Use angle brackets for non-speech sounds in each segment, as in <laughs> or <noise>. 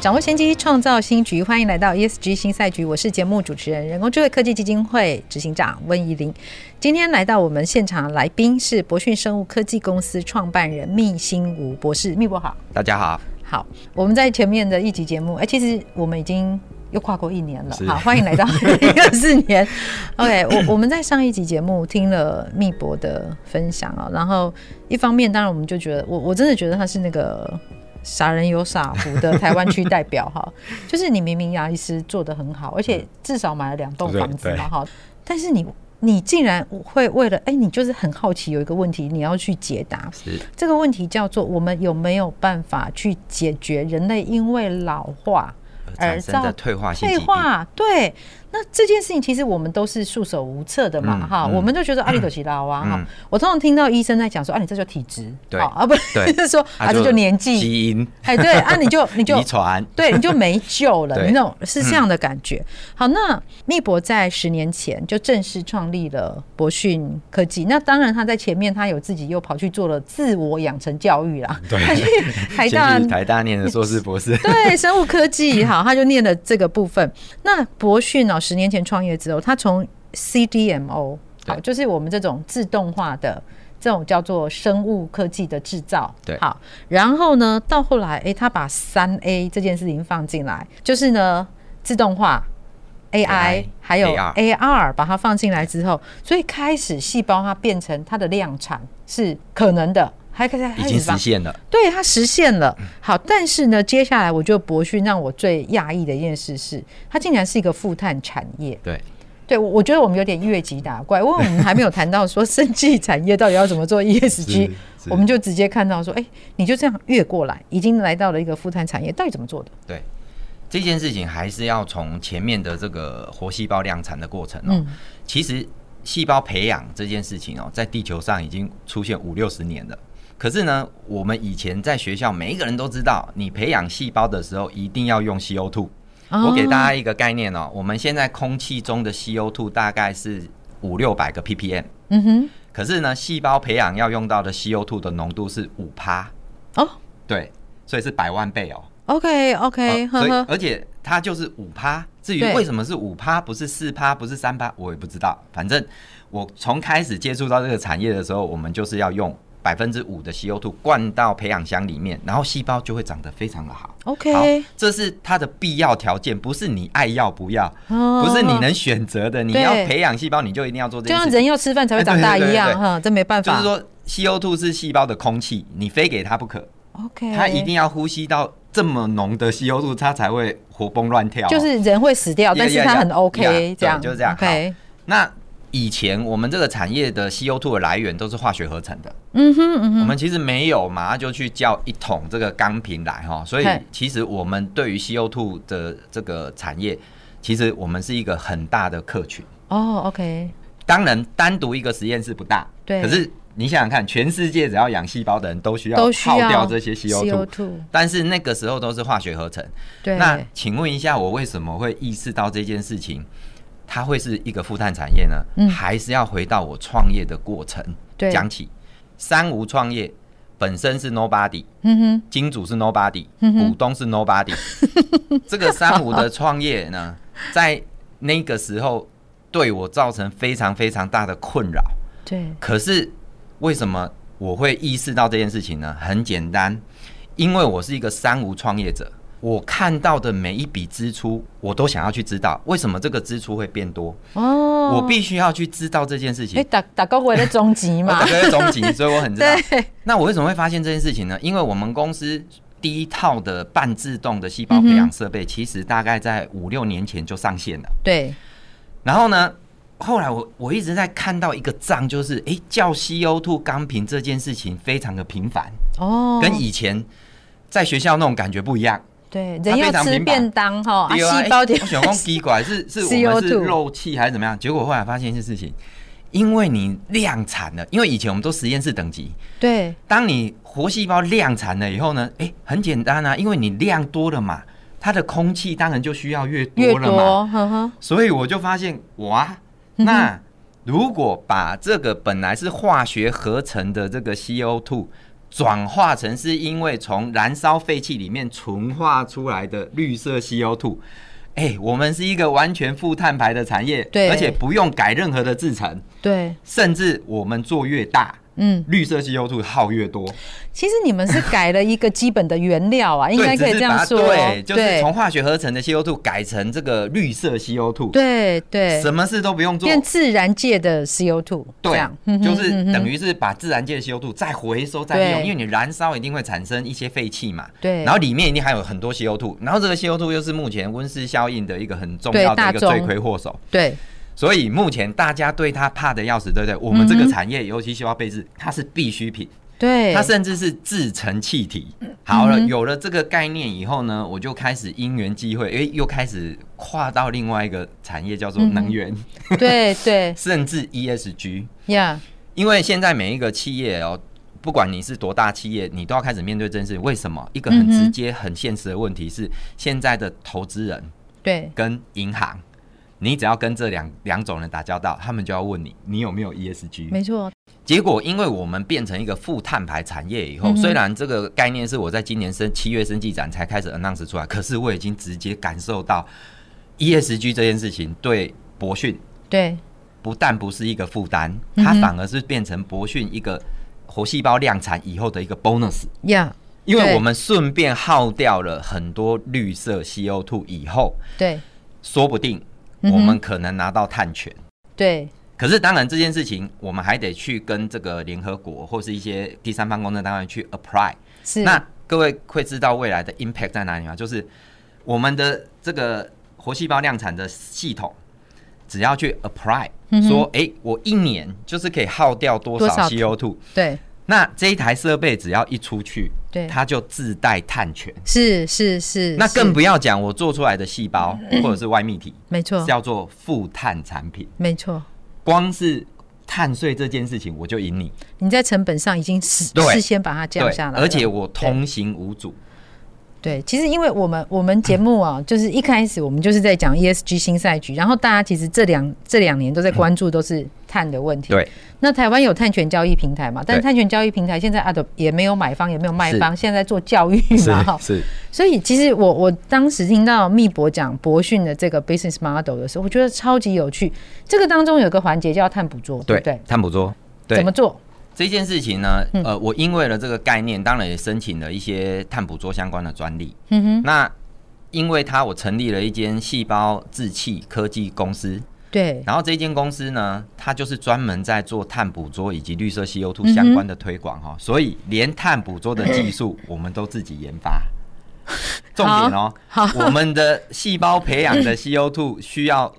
掌握先机，创造新局。欢迎来到 ESG 新赛局，我是节目主持人、人工智慧科技基金会执行长温怡玲。今天来到我们现场来宾是博讯生物科技公司创办人密新吴博士，密博好。大家好，好，我们在前面的一集节目，哎、其实我们已经又跨过一年了是。好，欢迎来到二四 <laughs> 年。OK，我我们在上一集节目听了密博的分享啊、然后一方面，当然我们就觉得，我我真的觉得他是那个。傻人有傻福的台湾区代表 <laughs> 哈，就是你明明牙医师做得很好，而且至少买了两栋对房子嗯对嘛哈，但是你你竟然会为了哎、你就是很好奇有一个问题你要去解答，是这个问题叫做我们有没有办法去解决人类因为老化而呃产生造的退化性啊疾退病，化？对，那这件事情其实我们都是束手无策的嘛，嗯哈，嗯我们就觉得阿里狗奇老啊，哈嗯，我通常听到医生在讲说，啊，你这叫体质，对好啊，不是对是说啊， <laughs> 这就年纪，基因、哎，对啊，你就你就遗传，对，你就没救了，对你那种是这样的感觉。好，那密博在十年前就正式创立了博讯科技。那当然，他在前面他有自己又跑去做了自我养成教育啦， <laughs> 他去台大先去台大念的硕士博士， <laughs> 对生物科技，好，他就念了这个部分。那博讯哦，十年前创业之后，他从 CDMO 对好，就是我们这种自动化的这种叫做生物科技的制造，对好，然后呢，到后来，诶，他把三 A 这件事情放进来，就是呢，自动化。AI, AI 还有 AR AR 把它放进来之后，所以开始细胞它变成它的量产是可能的，还开始 <laughs> 开已经始实放现了。对，它实现了。好，但是呢，接下来我觉得博讯让我最讶异的一件事是，它竟然是一个负碳产业。对，对，我我觉得我们有点越级打怪，因为我们还没有谈到说生技产业到底要怎么做 ESG，是我们就直接看到说，哎，你就这样越过来，已经来到了一个负碳产业，到底怎么做的？对，这件事情还是要从前面的这个活细胞量产的过程哦。嗯其实细胞培养这件事情哦，在地球上已经出现五六十年了。可是呢，我们以前在学校，每一个人都知道，你培养细胞的时候一定要用 CO2。我给大家家一个概念哦，我们现在空气中的 CO2 大概是五六百个 ppm，嗯哼，可是呢，细胞培养要用到的 CO2 的浓度是五趴，哦对，所以是百万倍哦。 ，OK OK，哦所哎呵以呵，而且它就是五趴。至于对为什么是五趴，不是四趴，不是三趴，我也不知道。反正我从开始接触到这个产业的时候，我们就是要用百分之五的 CO2 灌到培养箱里面，然后细胞就会长得非常的好。 OK 好，这是它的必要条件，不是你爱要不要，哦不是你能选择的。你对要培养细胞，你就一定要做这就件像事人情。要吃饭才会哎长对大对对一样， <laughs> 对哈，这没办就是法。说，CO2 是细胞的空气，你非给它不可， OK，它一定要呼吸到这么浓的 CO2，它才会活蹦乱跳哦。就是人会死掉，呀但是呀他呀很 OK，呀这样对就是这样 OK，那以前我们这个产业的 CO2 的来源都是化学合成的，嗯哼嗯我哼，们其实没有马上就去叫一桶这个钢瓶来哈，所以嘿其实我们对于 CO2 的这个产业，其实我们是一个很大的客群。哦 OK，当然，单独一个实验室不大，对可是你想想看，全世界只要养细胞的人都需要都需耗要掉这些 CO2， CO2，但是那个时候都是化学合成。对，那请问一下，我为什么会意识到这件事情？它会是一个负碳产业呢？嗯还是要回到我创业的过程对讲起？三无创业本身是 nobody，嗯哼，金主是 nobody，、嗯哼股东是 <laughs> nobody。这个三无的创业呢，在那个时候对我造成非常非常大的困扰。对，可是为什么我会意识到这件事情呢？很简单，因为我是一个三无创业者，我看到的每一笔支出，我都想要去知道为什么这个支出会变多，哦，我必须要去知道这件事哎情。打打高回的终极我嘛大，概总结，所以 <laughs> 我很知道。 <laughs> 对，那我为什么会发现这件事情呢？因为我们公司第一套的半自动的细胞培养设备，其实大概在五六年前就上线了。对，然后呢，后来我我一直在看到一个账，就是诶，叫 CO2 钢瓶这件事情非常的频繁，哦，跟以前在学校那种感觉不一样。对，它人要非常吃平板便当哈，啊，对啊细胞欸点我想用滴管是是我们是 CO2 漏气还是怎么样？结果后来发现一件事情，因为你量产了，因为以前我们都实验室等级， <laughs> 对当你活细胞量产了以后呢，哎、很简单啊，因为你量多了嘛，它的空气当然就需要越越多了嘛，多，嗯呵呵，所以我就发现哇，那如果把这个本来是化学合成的这个 CO2 转化成是因为从燃烧废气里面纯化出来的绿色 CO2，哎、我们是一个完全负碳排的产业，对而且不用改任何的制成，对，甚至我们做越大，嗯，绿色 CO2 耗越多。其实你们是改了一个基本的原料啊，应对，该可以这只是把样它说，哦对，就是对从化学合成的 CO2 改成这个绿色 CO2，，对对什么事都不用做，变自然界的 CO2，这对样，嗯，哼就是嗯哼等于是把自然界的 CO2 再回收再利用，对因为你燃烧一定会产生一些废气嘛，对然后里面一定还有很多 CO2，然后这个 CO2 又是目前温室效应的一个很重对要的大一个罪宗魁祸首，对所以目前大家对它怕的要死，对不对？我们这嗯个产业，尤其细胞配置，它是必需品，对，它甚至是制成气体。好了，有了这个概念以后呢，我就开始因缘机会，诶，又开始跨到另外一个产业，叫做能源，对对甚至 ESG。呀，因为现在每一个企业哦，不管你是多大企业，你都要开始面对这件事。为什么？一个很直接、很现实的问题是，现在的投资人对跟银行，你只要跟这两两种人打交道，他们就要问你，你有没 E 有 ESG？没错，结果，因为我们变成一个负碳排产业以后，嗯哼虽然这个概念是我在今年生七月生技展才开始 announce 出来，可是我已经直接感受到 ESG 这件事情对博讯对不但不是一个负担，嗯哼它反而是变成博讯一个活细胞量产以后的一个 bonus，呀，因为对我们顺便耗掉了很多绿色 CO2 以后，对说不定嗯哼我们可能拿到碳权。对可是当然，这件事情我们还得去跟这个联合国或是一些第三方公证单位去 apply。是，那各位会知道未来的 impact 在哪里吗？就是我们的这个活细胞量产的系统，只要去 apply，、嗯哼说诶，我一年就是可以耗掉多多少少 CO2，对那这一台设备只要一出去，对它就自带碳权。是是是，那更是不要讲我做出来的细胞 <clears throat> 或者是外泌体，没错叫做负碳产品。没错，光是碳税这件事情，我就赢你。你在成本上已经事对事先把它降对下来，了，而且我通行无阻。对，其实因为我们我们节目啊，就是一开始我们就是在讲 ESG 新赛局，然后大家其实这两这两年都在关注都是碳的问题。嗯对，那台湾有碳权交易平台嘛？但是对碳权交易平台现在啊的也没有买方，也没有卖方，现在在做教育 <laughs> 嘛，哈是，所以其实我我当时听到密博讲博讯的这个 business model 的时候，我觉得超级有趣。这个当中有个环节叫碳捕捉，对对不对？碳捕捉。对怎么嗯做？这件事情呢？呃，我因为了这个概念，当然也申请了一些碳捕捉相关的专利。嗯哼，那因为它，我成立了一间细胞制器科技公司，对，然后这间公司呢，它就是专门在做碳捕捉以及绿色嗯 CO2 相关的推广哈、所以连碳捕捉的技术我们都自己研 <laughs> 发。重点哦，我们的细胞培养 <laughs> 的 CO2 需要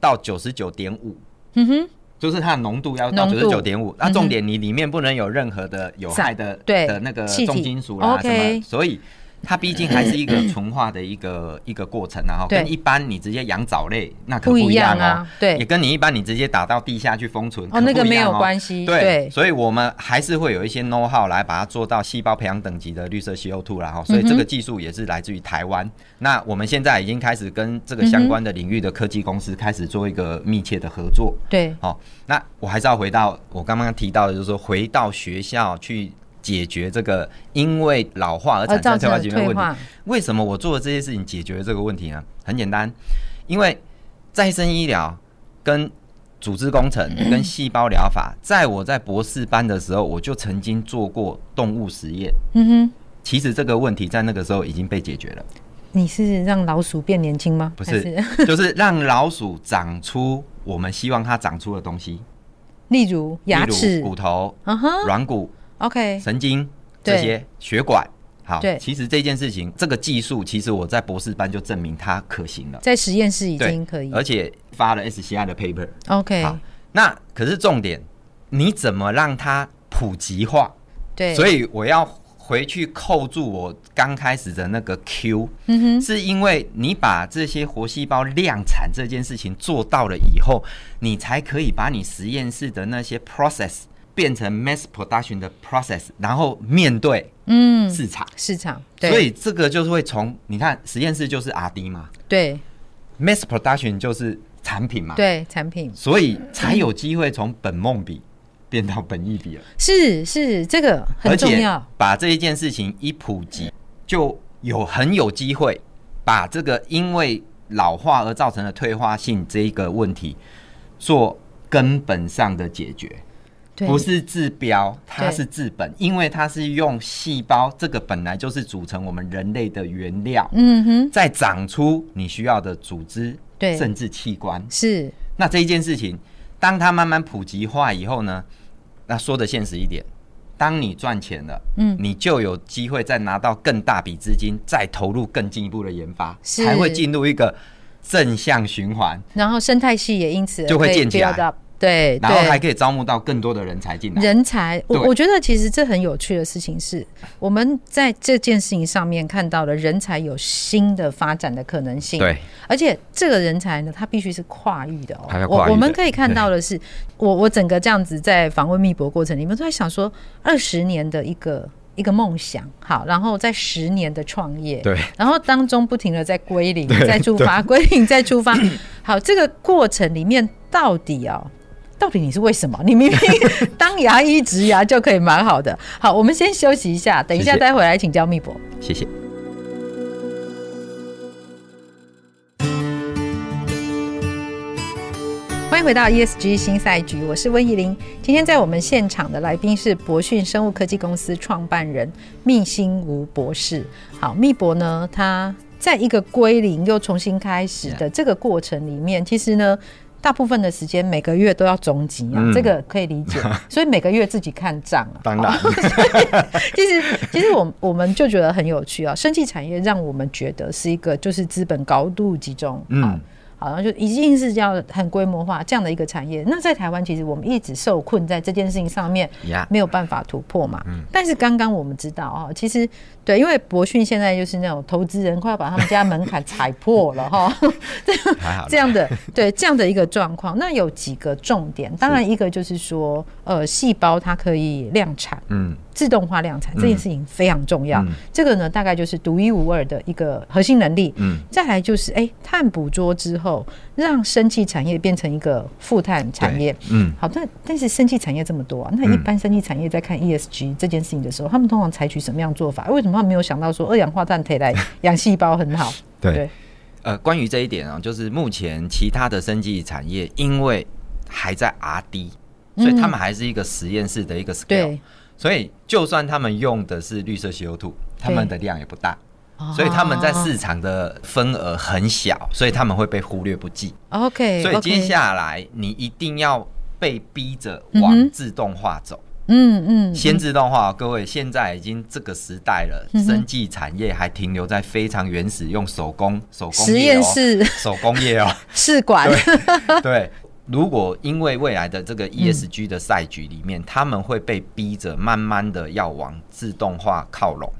到九十九点五，嗯哼，就是它的浓度要到浓九十度嗯九点五。那重点你里面不能有任何的有害的对的那个气体重金属啦什 OK 么，所以。它毕竟还是一个 <coughs> 纯化的一个一个过程、啊，然后跟对一般你直接养藻类那可不一一样样哦，啊，对也，跟你一般你直接打到地下去封存哦，那个没有系。关系，对，对，所以我们还是会有一些 know how 来把它做到细胞培养等级的绿色 CO2 啦哈，嗯所以这个技术也是来自于台湾。那我们现在已经开始跟这个相关的领域的科技公司开始做一个密切的合作。对，好、那我还是要回到我刚刚提到的，就是说回到学校去解决这个因为老化而而产哦造生退成化的疾病的退问题。化，为什么我做的这些事情解决了这个问题呢？很简单，因为再生医疗跟组织工程跟细胞疗法，在我在博士班的时候，我就曾经做过动物实验。嗯哼。其实这个问题在那个时候已经被解决嗯了，你是让老鼠变年轻吗？不还是，就是让老鼠长出我们希望它长出的东西， <laughs> 例如牙例如齿，骨头、嗯哼软骨、 ，OK，神经对这些血管。好对，其实这件事情，这个技术，其实我在博士班就证明它可行了。在实验室已对，经可以而且发了 SCI 的 paper。 ，OK，好，那可是重点，你怎么让它普及化？对，所以以我要回去扣住我刚开始的那个 Q，嗯哼，是因为你把这些活细胞量产这件事情做到了以后，你才可以把你实验室的那些 process 变成 mass production 的 process，然后面对嗯，市场。市场，对，所以这个就是会从你看实验室就是 R D 嘛对，mass production 就是产品嘛，，对产品所以才有机会从本梦比变到本意比了。是是这个而很重且要，把这一件事情一普及，就有很有机会把这个因为老化而造成的退化性这一个问题做根本上的解决，对，不是治标，它对是治本，因为它是用细胞这个本来就是组成我们人类的原料，嗯哼，再长出你需要的组织，对甚至器官。是那这一件事情，当它慢慢普及化以后呢，那说的现实一点，当你赚钱了，嗯你就有机会再拿到更大笔资金，再投入更进一步的研发，是才会进入一个正向循环，然后生态系也因此就会被建起来 build up，对，然后对还可以招募到更多的人才进来。人才，我对我觉得其实这很有趣的事情是，我们在这件事情上面看到了人才有新的发展的可能性。，对，而且这个人才呢，他必须是跨域的哦。他要跨域的我我们可以看到的是，我我整个这样子在访问密博过程里面，都在想说，二十年的一个一个梦想，好，然后在十年的创业，对，然后当中不停的在归零，再出发，归零再出发。 <coughs> 好，这个过程里面到底哦，到底你是为什么？你明 <laughs> 明当牙医植牙就可以蛮好的。好，我们先休息一下，等一下谢谢再回来请教密博。谢谢。欢迎回到 ESG 新赛局，我是温怡玲。今天在我们现场的来宾是博讯生物科技公司创办人密新吴博士。好，密博呢，他在一个归零又重新开始的这个过程里面，其实呢。大部分的时间每个月都要总结啊，嗯这个可以理解，所以每个月自己看账啊。当然， <laughs> 其实，其实我我们就觉得很有趣啊，生技产业让我们觉得是一个就是资本高度集中，嗯嗯，好像就一定是要很规模化这样的一个产业。那在台湾，其实我们一直受困在这件事情上面 Yeah 没有办法突破嘛。嗯但是刚刚我们知道啊，其实对，因为博讯现在就是那种投资人快要把他们家门槛踩破了哈， <laughs> 还好啦这样的对这样的一个状况，那有几个重点，当然一个就是说，呃，细胞它可以量产，嗯，自动化量产这件事情非常重要。嗯这个呢，大概就是独一无二的一个核心能力。嗯，再来就是，哎、碳捕捉之后，让生技产业变成一个负碳产业。嗯，好，那但是生技产业这么多啊，那一般生技产业在看 ESG 这件事情的时候，他们通常采取什么样的做法？为什么他们没有想到说二氧化碳可以来养细胞很好？ <laughs> 对呃，关于这一点啊，就是目前其他的生技产业因为还在 R D，所以他们还是一个实验室的一个 scale，、嗯对所以就算他们用的是绿色稀有兔，他们的量也不大，哦所以他们在市场的份额很小，所以他们会被忽略不计。哦 OK，所以接 OK 下来你一定要被逼着嗯哼往自动化走。嗯嗯，先自动化，各位，现在已经这个时代了，生技产业还停留在非常原始，用手工、手工实业验哦室手工业哦，试管对，如果因为未来的这嗯个 ESG 的赛局里面，他们会被逼着慢慢的要往自动化靠拢。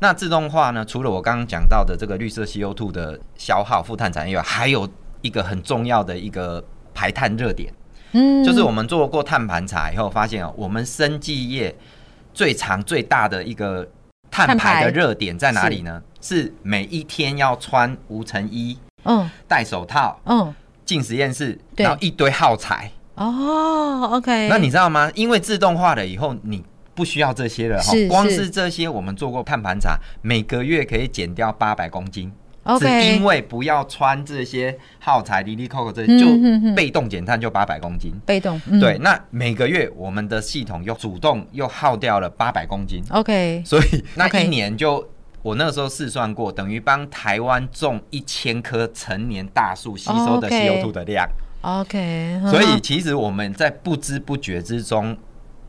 那自动化呢，除了我刚刚讲到的这个绿色 CO2 的消耗、负碳产业以外，还有一个很重要的一个排碳热点， <laughs> 嗯就是我们做过碳盘查以后，发现哦，我们生技业最长最大的一个碳碳排排的热点在哪里呢？是每一天要穿无尘衣、嗯戴手套、嗯进实验室，对然后一堆耗材。哦 OK，那你知道吗？因为自动化了以后，你不需要这些了哈是。光是是这些，我们做过碳盘查，每个月可以减掉八百公斤。只 OK 因为不要穿这些耗材、滴滴扣扣这嗯些，嗯嗯就被动减碳就八百公斤。被动，嗯、对，那每个月我们的系统又主动又耗掉了八百公斤， ，OK，所以那 OK 一年就。我那个时候试算过，等于帮台湾种一千棵成年大树吸收的哦，OK CO2 的量。 OK，所以嗯其实我们在不知不觉之中，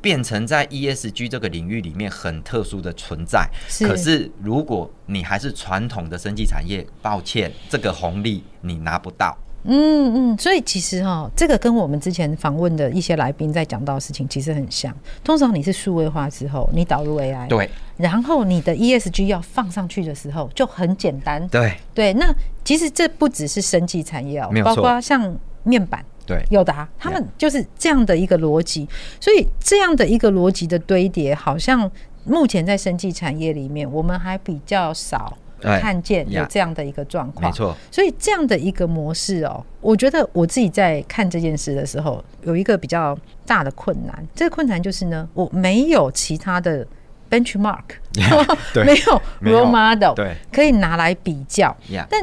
变成在 ESG 这个领域里面很特殊的存在。是可是如果你还是传统的生技产业，抱歉，这个红利你拿不到。嗯嗯，所以其实哈、这个跟我们之前访问的一些来宾在讲到的事情其实很像。通常你是数位化之后，你导入 AI，，对然后你的 ESG 要放上去的时候就很简单。对对，那其实这不只是生技产业哦没，有包错括像面板。对，友达，啊他们就是这样的一个逻辑，所以这样的一个逻辑的堆叠，好像目前在生技产业里面，我们还比较少哎看见有呀这样的一个状况。没错，所以这样的一个模式哦，我觉得我自己在看这件事的时候，有一个比较大的困难。这个困难就是呢，我没有其他的 benchmark， <laughs> 对 <laughs> 没有没 role 有 model，对可以拿来比较。呀，但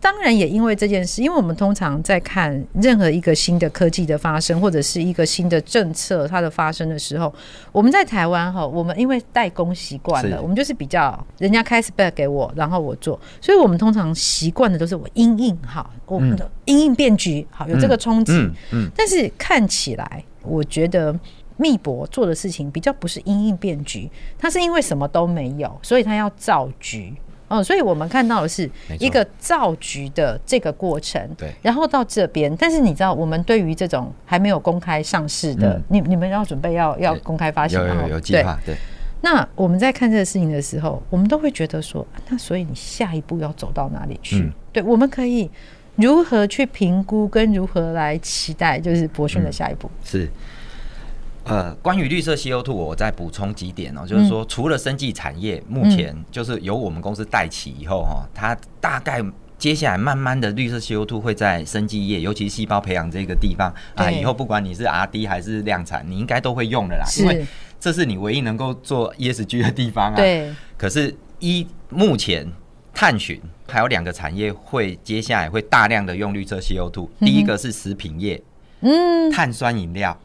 当然也因为这件事，因为我们通常在看任何一个新的科技的发生，或者是一个新的政策它的发生的时候，我们在台湾哈，我们因为代工习惯了，是我们就是比较人家开 spec 给我，然后我做，所以我们通常习惯的都是我因应哈，我们的因应变局好有这个冲击，嗯嗯，但是看起来，我觉得密博做的事情比较不是因应变局，他是因为什么都没有，所以他要造局。哦，所以我们看到的是没错一个造局的这个过程，对然后到这边，但是你知道，我们对于这种还没有公开上市的，嗯你你们要准备要要公开发行有吗，有有计哦对划，对，那我们在看这个事情的时候，我们都会觉得说，啊那所以你下一步要走到哪里去？嗯对，我们可以如何去评估，跟如何来期待，就是博讯的下一步。是。呃，关于绿色 CO2，我再补充几点哦，就是嗯说，除了生技产业，目前就是由我们公司带起以后哦，它大概接下来慢慢的绿色 CO2 会在生技业，尤其细胞培养这个地方啊，对以后不管你是 RD 还是量产，你应该都会用的啦，是因为这是你唯一能够做 ESG 的地方啊。对，可是一目前探寻还有两个产业会接下来会大量的用绿色 CO2，、第一个是食品业，嗯，碳酸饮料，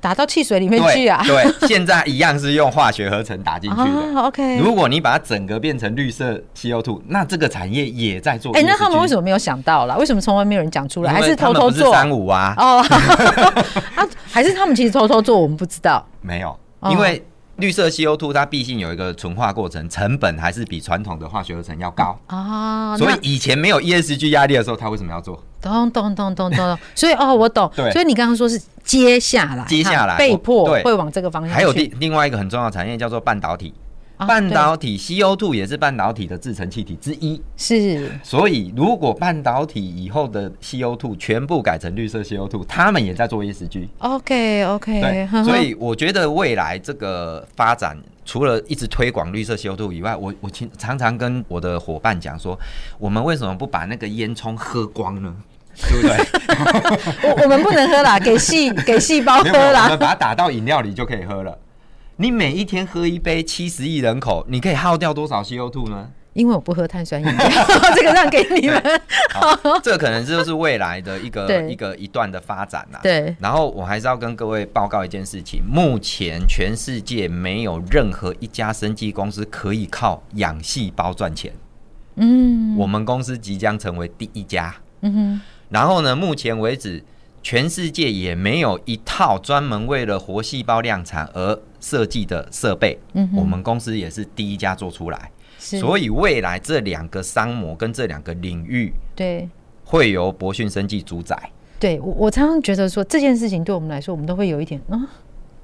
打到汽水里面去啊。 <laughs> 对，对现在一样是用化学合成打进去的。啊，OK。如果你把它整个变成绿色 CO2，那这个产业也在做 ESG。哎、那他们为什么没有想到啦？为什么从来没有人讲出来？还因为他偷们偷不是做？三五啊？哦， <laughs> 啊，还是他们其实偷偷做，我们不知道。没有，哦因为绿色 CO2 它毕竟有一个纯化过程，成本还是比传统的化学合成要高。啊，所以那以前没有 ESG 压力的时候，他为什么要做？懂懂懂懂懂懂， <laughs> 所以哦，我懂。对所以你刚刚说是接下来，接下来被迫我对哦会往这个方向去。还有另另外一个很重要的产业叫做半导体，啊半导体 CO2 也是半导体的制成气体之一。对是所以如果半导体以后的 CO2 全部改成绿色 CO2，他们也在做 ESG。 OK 对 OK，，所以我觉得未来这个发展，除了一直推广绿色 CO2 以外，我我经常常跟我的伙伴讲说，我们为什么不把那个烟囱喝光呢？对不对？我我们不能喝啦，给 <laughs> 细给细胞没喝有，我啦们。把它打到饮料里就可以喝了。你每一天喝一杯，七十亿人口，你可以耗掉多少 CO2 呢？因为我不喝碳酸饮料， <laughs> 这个让给你们。好，这可能就是未来的一个对一个一段的发展 <laughs> 啦、对然后我还是要跟各位报告一件事情：目前全世界没有任何一家生技公司可以靠养细胞赚钱。嗯我们公司即将成为第一家。嗯哼，然后呢，目前为止，全世界也没有一套专门为了活细胞量产而设计的设备。嗯哼我们公司也是第一家做出来。是，所以以未来这两个商模跟这两个领域对。会由博讯生技主宰。，对我，我常常觉得说这件事情对我们来说，我们都会有一点啊，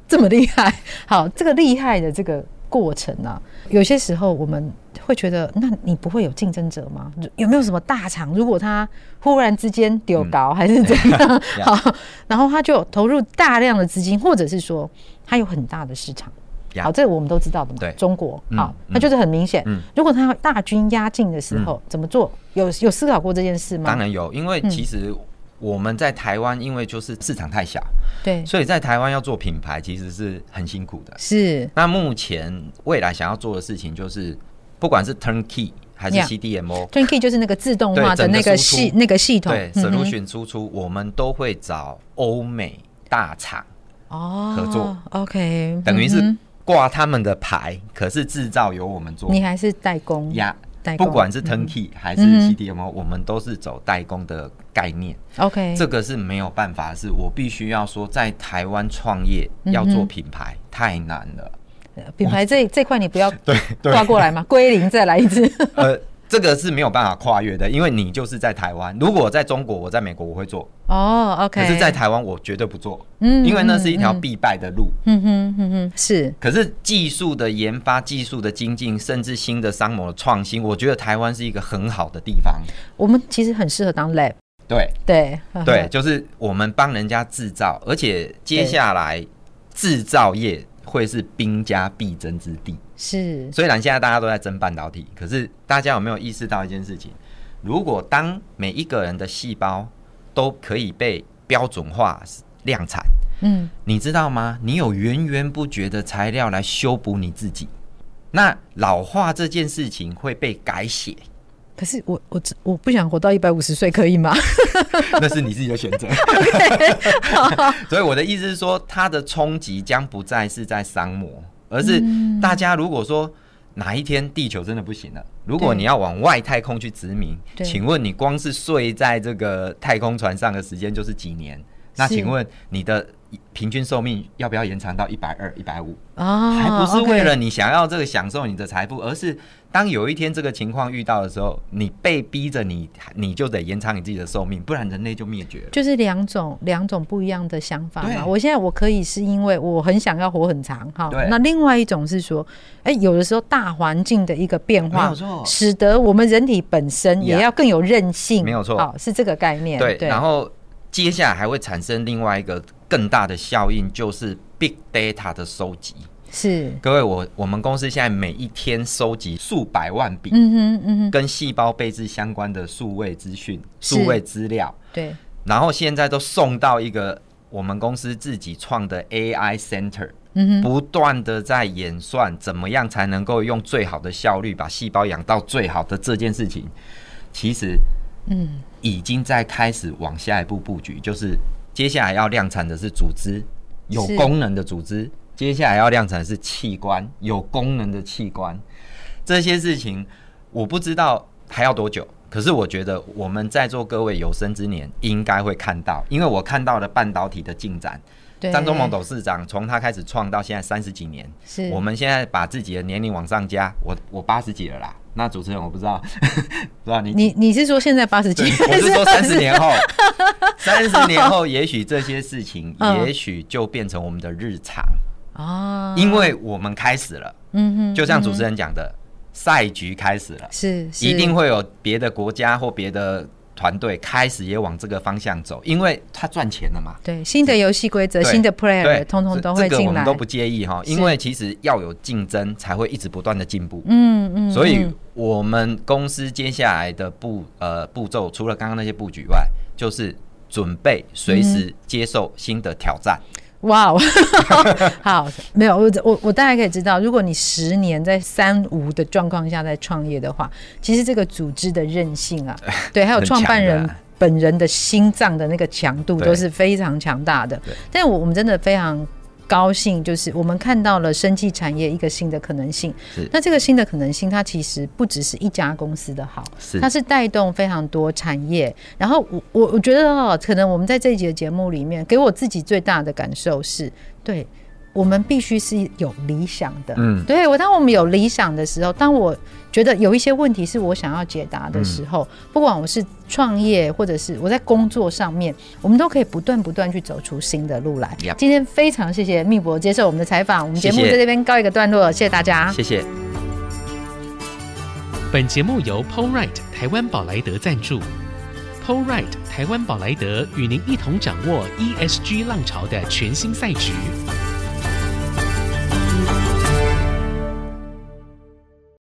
这么厉害。好，这个厉害的这个过程啊，有些时候我们会觉得，那你不会有竞争者吗？有没有什么大厂，如果他忽然之间丢高、还是怎样 Yeah <laughs> 好，然后他就投入大量的资金，或者是说他有很大的市场。 Yeah 好，这个我们都知道的嘛对。中国嗯好，嗯那就是很明显。嗯如果他要大军压境的时候，怎么做？有有思考过这件事吗？当，然有，因嗯为其实我们在台湾，因为就是市场太小，对，所以在台湾要做品牌其实是很辛苦的。是，那目前未来想要做的事情就是，不管是 turnkey 还是 Yeah CDMO，、 Turnkey 就是那个自动化对的整个那个输出系那个系统，对嗯哼 solution 输出，我们都会找欧美大厂，哦合作，OK，等于嗯是挂他们的牌，可是制造由我们做哼。你还是代工呀代工不管是 turnkey 还是嗯哼 CDMO，、我们都是走代工的概念。 ，OK，这个是没有办法，是我必须要说，在台湾创业要做品牌、太 <laughs> 难了。品牌这这块你不要挂过来嘛，归零再来一次， <laughs> 呃，这个是没有办法跨越的，因为你就是在台湾。如果我在中国，我在美国我会做，哦，OK，可是在台湾我绝对不做，嗯因为那是一条嗯嗯必败的路。嗯哼嗯哼，是可是技术的研发、技术的精进，甚至新的商模的创新，我觉得台湾是一个很好的地方。我们其实很适合当 lab，对对嗯对，，就是我们帮人家制造，而且接下来制造业会是兵家必争之地。是虽然现在大家都在争半导体，可是大家有没有意识到一件事情？如果当每一个人的细胞都可以被标准化量产，嗯你知道吗？你有源源不绝的材料来修补你自己。那老化这件事情会被改写， <laughs> 可是我我只我不想活到一百五十岁，可以吗？ <laughs> 那是你自己的选择。 <laughs> 所以我的意思是说，它的冲击将不再是在伤魔，而是嗯大家如果说哪一天地球真的不行了，如果对你要往外太空去殖民，对请问你光是睡在这个太空船上的时间就是几年？那是请问你的平均寿命要不要延长到一百二、一百五？啊，还不是 OK 为了你想要这个享受你的财富，而是当有一天这个情况遇到的时候，你被逼着你，你就得延长你自己的寿命，不然人类就灭绝了。就是两种两种不一样的想法对嘛。我现在我可以是因为我很想要活很长哈对，那另外一种是说，哎、有的时候大环境的一个变没化有错，使得我们人体本身也 Yeah 要更有韧性，没有错好，是这个概念。对，然后接下来还会产生另外一个更大的效应，就是 big data 的收集。是，各位，我我们公司现在每一天收集数百万笔嗯哼嗯哼，跟细胞配置相关的数位资讯、是数位资料，对，然后现在都送到一个我们公司自己创的 AI Center。嗯哼，不断的在演算怎么样才能够用最好的效率把细胞养到最好的这件事情，其实嗯，已经在开始往下一步布局，就是接下来要量产的是组织，有是功能的组织；接下来要量产的是器官，有功能的器官。这些事情我不知道还要多久，可是我觉得我们在座各位有生之年应该会看到，因为我看到了半导体的进展。对，张忠谋董事长从他开始创到现在三十几年，是我们现在把自己的年龄往上加，我我八十几了啦。那主持人我不知道， <laughs> 不知道你你你是说现在八十几对？我是说三十年 <laughs> 后，三十年后，也许这些事情，嗯也许就变成我们的日常，啊，因为我们开始了。嗯哼，就像主持人讲的，赛局开始了， <laughs> 是是一定会有别的国家或别的团队开始也往这个方向走，因为他赚钱了嘛。对新的游戏规则、对新的对 player，，通通这都会这个我进们来，都不介意哈，因是为其实要有竞争才会一直不断的进步。嗯嗯，所以嗯我们公司接下来的步呃步骤，除了刚刚那些布局外，就是准备随时嗯接受新的挑战。哇哦， <laughs> 好，没有我我我大概可以知道，如果你十年在三无的状况下在创业的话，其实这个组织的韧性 <laughs> 啊，对，还有很创办强的人啊本人的心脏的那个强度对都是非常强大的对。但我我们真的非常。高兴就是我们看到了生技产业一个新的可能性是。那这个新的可能性，它其实不只是一家公司的好，是它是带动非常多产业。然后我我我觉得哦，可能我们在这一集的节目里面，给我自己最大的感受是，对我们必须是有理想的。嗯，对我，当我们有理想的时候，当我觉得有一些问题是我想要解答的时候，嗯不管我是创业或者是我在工作上面，我们都可以不断不断去走出新的路来。 Yep 今天非常谢谢密博接受我们的采访，我们节目谢谢在这边告一个段落，谢谢大家，谢谢。本节目由 Polright 台湾宝莱德赞助。Polright 台湾宝莱德与您一同掌握 ESG 浪潮的全新赛局。